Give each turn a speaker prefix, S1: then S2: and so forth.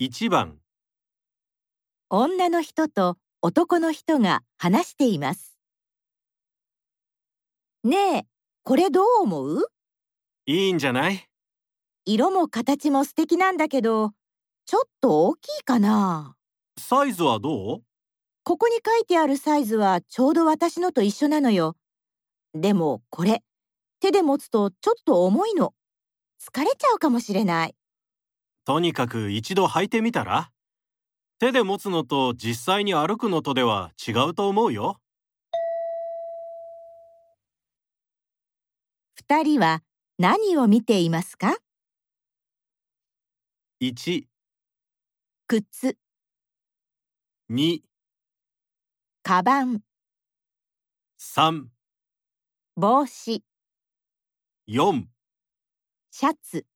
S1: 1番
S2: 女の人と男の人が話しています。ねえ、これどう思う
S1: いいんじゃない
S2: 色も形も素敵なんだけど、ちょっと大きいかな
S1: サイズはどう
S2: ここに書いてあるサイズはちょうど私のと一緒なのよ。でもこれ、手で持つとちょっと重いの。疲れちゃうかもしれない。
S1: とにかく一度履いてみたら手で持つのと実際に歩くのとでは違うと思うよ。
S2: 二人は何を見ていますか
S1: 1、
S2: 靴、
S1: 2、
S2: カバン、
S1: 3、
S2: 帽子、
S1: 4
S2: シャツ、